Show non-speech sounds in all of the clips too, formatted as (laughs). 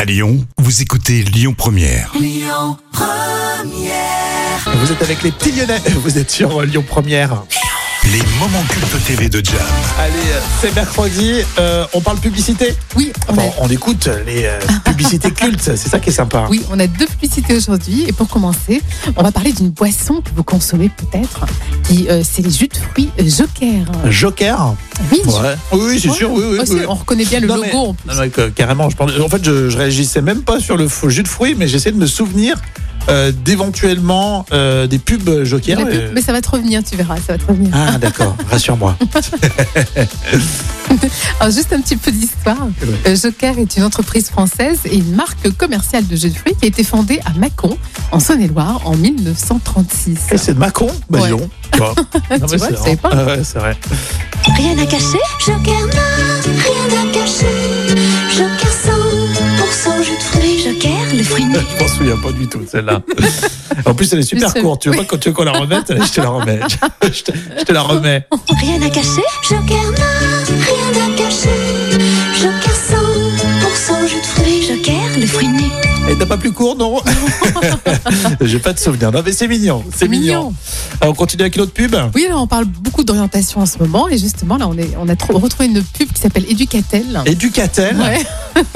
À Lyon, vous écoutez Lyon Première. Vous êtes avec les petits Lyonnais. (laughs) Vous êtes sur euh, Lyon Première. Les moments cultes TV de Jam. Allez, euh, c'est mercredi. Euh, on parle publicité. Oui, on Bon, a, on écoute les (laughs) euh, publicités cultes. C'est ça qui est sympa. oui, on a deux publicités aujourd'hui. Et pour commencer, on va parler d'une boisson que vous consommez peut-être, qui euh, c'est les jus de fruits Joker. Joker. Oui, Ouais. Oui, oui, c'est Ouais. sûr. Oui, oui. Oh, c'est- oui. on reconnaît bien le Non, logo. mais- en plus. Non, non, que- carrément. Je pense- en fait, je, je réagissais même pas sur le fou- jus de fruits, mais j'essayais de me souvenir euh, d'éventuellement euh, des pubs Joker. La pub, Et- Mais ça va te revenir, tu verras, ça va te revenir. Ah, d'accord. (laughs) Rassure-moi. Alors, juste un petit peu d'histoire. Euh, Joker est une entreprise française et une marque commerciale de jus de fruits qui a été fondée à Mâcon, en Saône-et-Loire, en 1936. Et C'est de Macron. Bah, dis Ouais. donc. Tu vois, Non, (laughs) mais vois, c'est je savais vrai. pas. Ah ouais, c'est vrai. Rien à cacher, Joker n'a rien à cacher. Joker 100% jus de fruits. Joker, le fruit (laughs) Je m'en souviens pas du tout, celle-là. en plus, elle est super Je sais- courte. Tu veux pas quand tu veux qu'on la remette Je te la (laughs) remets. Je te, je te la remets. Rien à cacher, Joker n'a rien à cacher. Joker 100% jus de fruits. Joker, le fruit nu. Et t'as pas plus court, non (laughs) J'ai pas de souvenir. Non, mais c'est mignon. C'est mignon. Alors, on continue avec une autre pub. Oui, alors on parle beaucoup d'orientation en ce moment et justement là on, est, on a tro- retrouvé une pub qui s'appelle Educatel. Éducatel. Ouais.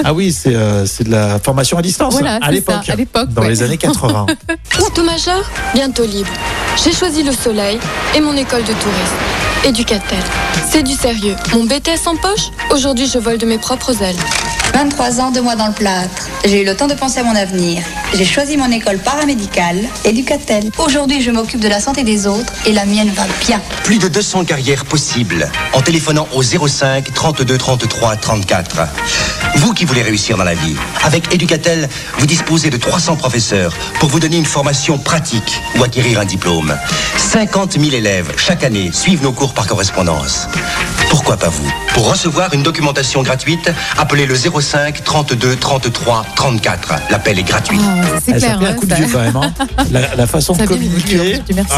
Ah oui, c'est euh, c'est de la formation à distance. Voilà, à c'est l'époque. ça, à l'époque, Dans ouais. les années 80. (laughs) Auto major, bientôt libre. J'ai choisi le soleil et mon école de tourisme. Éducatel. C'est du sérieux. Mon BTS en poche, aujourd'hui je vole de mes propres ailes. 23 ans, deux mois dans le plâtre. J'ai eu le temps de penser à mon avenir. J'ai choisi mon école paramédicale, Educatel. Aujourd'hui, je m'occupe de la santé des autres et la mienne va bien. Plus de 200 carrières possibles en téléphonant au 05 32 33 34. Vous qui voulez réussir dans la vie, avec Educatel, vous disposez de 300 professeurs pour vous donner une formation pratique ou acquérir un diplôme. 50 000 élèves chaque année suivent nos cours par correspondance. Pourquoi pas vous Pour recevoir une documentation gratuite, appelez le 05 32 33 34. L'appel est gratuit. Ah, c'est Elle s'est clair. pris un hein, coup de ça. vieux quand même. hein. La, la façon Ça de a bien évolué, communiquer. hein. en plus, merci.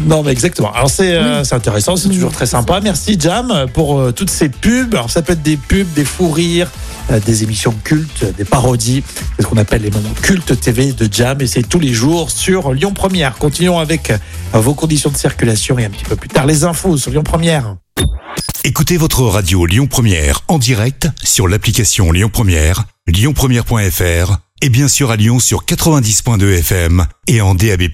non mais exactement. Alors c'est euh, c'est intéressant, c'est Oui. toujours très sympa. Merci Jam pour euh, toutes ces pubs. Alors ça peut être des pubs, des fous rires, euh, des émissions cultes, des parodies. C'est ce qu'on appelle les moments cultes TV de Jam et c'est tous les jours sur Lyon Première. Continuons avec euh, vos conditions de circulation et un petit peu plus tard les infos sur Lyon Première. Écoutez votre radio Lyon Première en direct sur l'application Lyon Première, lyonpremière.fr et bien sûr à Lyon sur 90.2 FM et en DAB+.